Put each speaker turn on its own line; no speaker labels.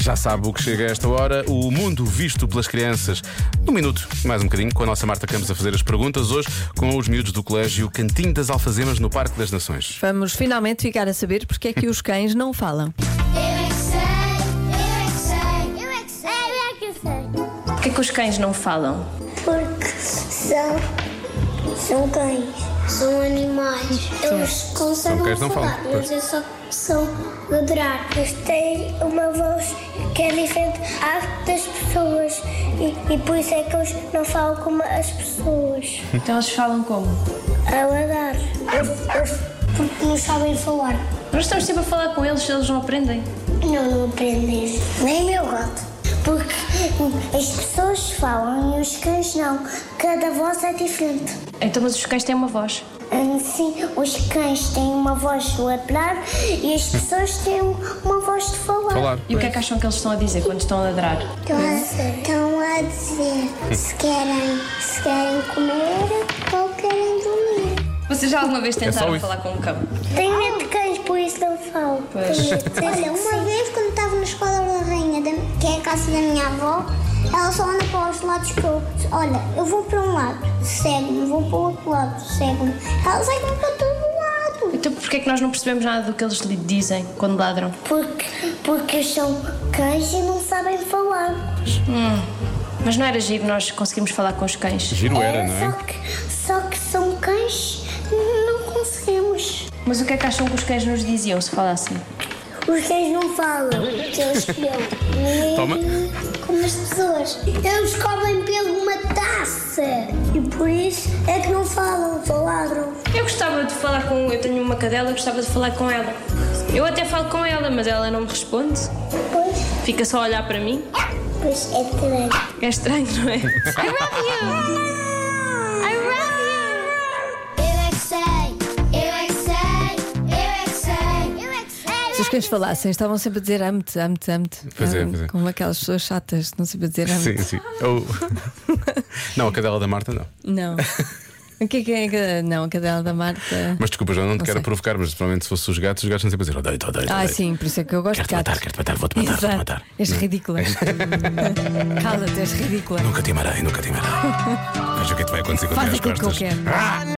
Já sabe o que chega a esta hora, o mundo visto pelas crianças. Um minuto, mais um bocadinho, com a nossa Marta Campos a fazer as perguntas, hoje com os miúdos do Colégio Cantinho das Alfazemas no Parque das Nações.
Vamos finalmente ficar a saber porque é que os cães não falam.
Eu é que sei, eu é que sei, eu é que sei, eu é que sei.
Porquê que os cães não falam?
Porque são, são cães, são animais. Eles conseguem
cães, não falam,
falar,
pois.
mas é só são ladrar. Eles têm uma voz que é diferente à das pessoas e, e por isso é que eles não falam como as pessoas.
Então eles falam como?
A ladrar. Eles- eles- porque não sabem falar.
Nós estamos sempre a falar com eles, eles não aprendem.
Não, não aprendes. Nem meu gato. Porque as pessoas falam e os cães não. Cada voz é diferente.
Então, mas os cães têm uma voz.
Hum, Sim, os cães têm uma voz de ladrar e as pessoas têm uma voz de falar.
Falar.
E o que é que acham que eles estão a dizer quando estão a ladrar?
Estão, a, estão a dizer se querem, se querem comer ou querem dormir.
Vocês já alguma vez
É só
tentaram
isso.
falar com um cão?
Tenho medo de cães, por isso não falo.
Pois.
Tenho medo. Olha, uma vez quando estava na escola da rainha, da- que é a casa da minha avó, ela só anda para os lados que eu. Olha, eu vou para um lado, segue-me, vou para o outro lado, segue-me. Ela segue-me para todo lado.
Então, porquê é que nós não percebemos nada do que eles lhe dizem quando ladram?
Porque, porque são cães e não sabem falar.
Mas não era giro nós conseguimos falar com os cães.
Giro era, não
só,
é?
que, só que são cães, não conseguimos.
Mas o que é que acham que os cães nos diziam se falassem?
Os cães não falam, porque eles comem.
Toma.
Como as pessoas. Eles comem pelo uma taça. E por isso é que não falam, só ladram.
Eu gostava de falar com. Eu tenho uma cadela, eu gostava de falar com ela. Eu até falo com ela, mas ela não me responde.
Pois,
Fica só a olhar para mim.
pois é estranho.
É estranho, não é?
Eu é que sei, eu é que sei, eu é que sei, eu é que
Se os
sei.
cães falassem, estavam sempre a dizer amo-te, amo-te, amo-te.
Pois é,
Ah,
pois é.
Como aquelas pessoas chatas, não sempre a dizer
Sim,
amo-te.
sim. Eu- Não, a cadela da Marta não.
Não. O que é que é? a cadela- Não, a cadela da Marta.
Mas desculpa, João, não te
Não
quero
sei.
provocar, mas principalmente se fossem os gatos, os gatos não sempre a dizer, odeio, odeio, odeio.
Ah, sim, por isso é que eu gosto de
Quero-te
gatos.
matar, quero-te matar, vou-te matar, vou-te
Exato.
matar.
És ridícula. Cala-te, és ridícula.
Nunca te amarei, nunca te amarei. Veja o que é que vai acontecer quando
Faz
tiver as
aquilo que eu
costas. Ah!
quero.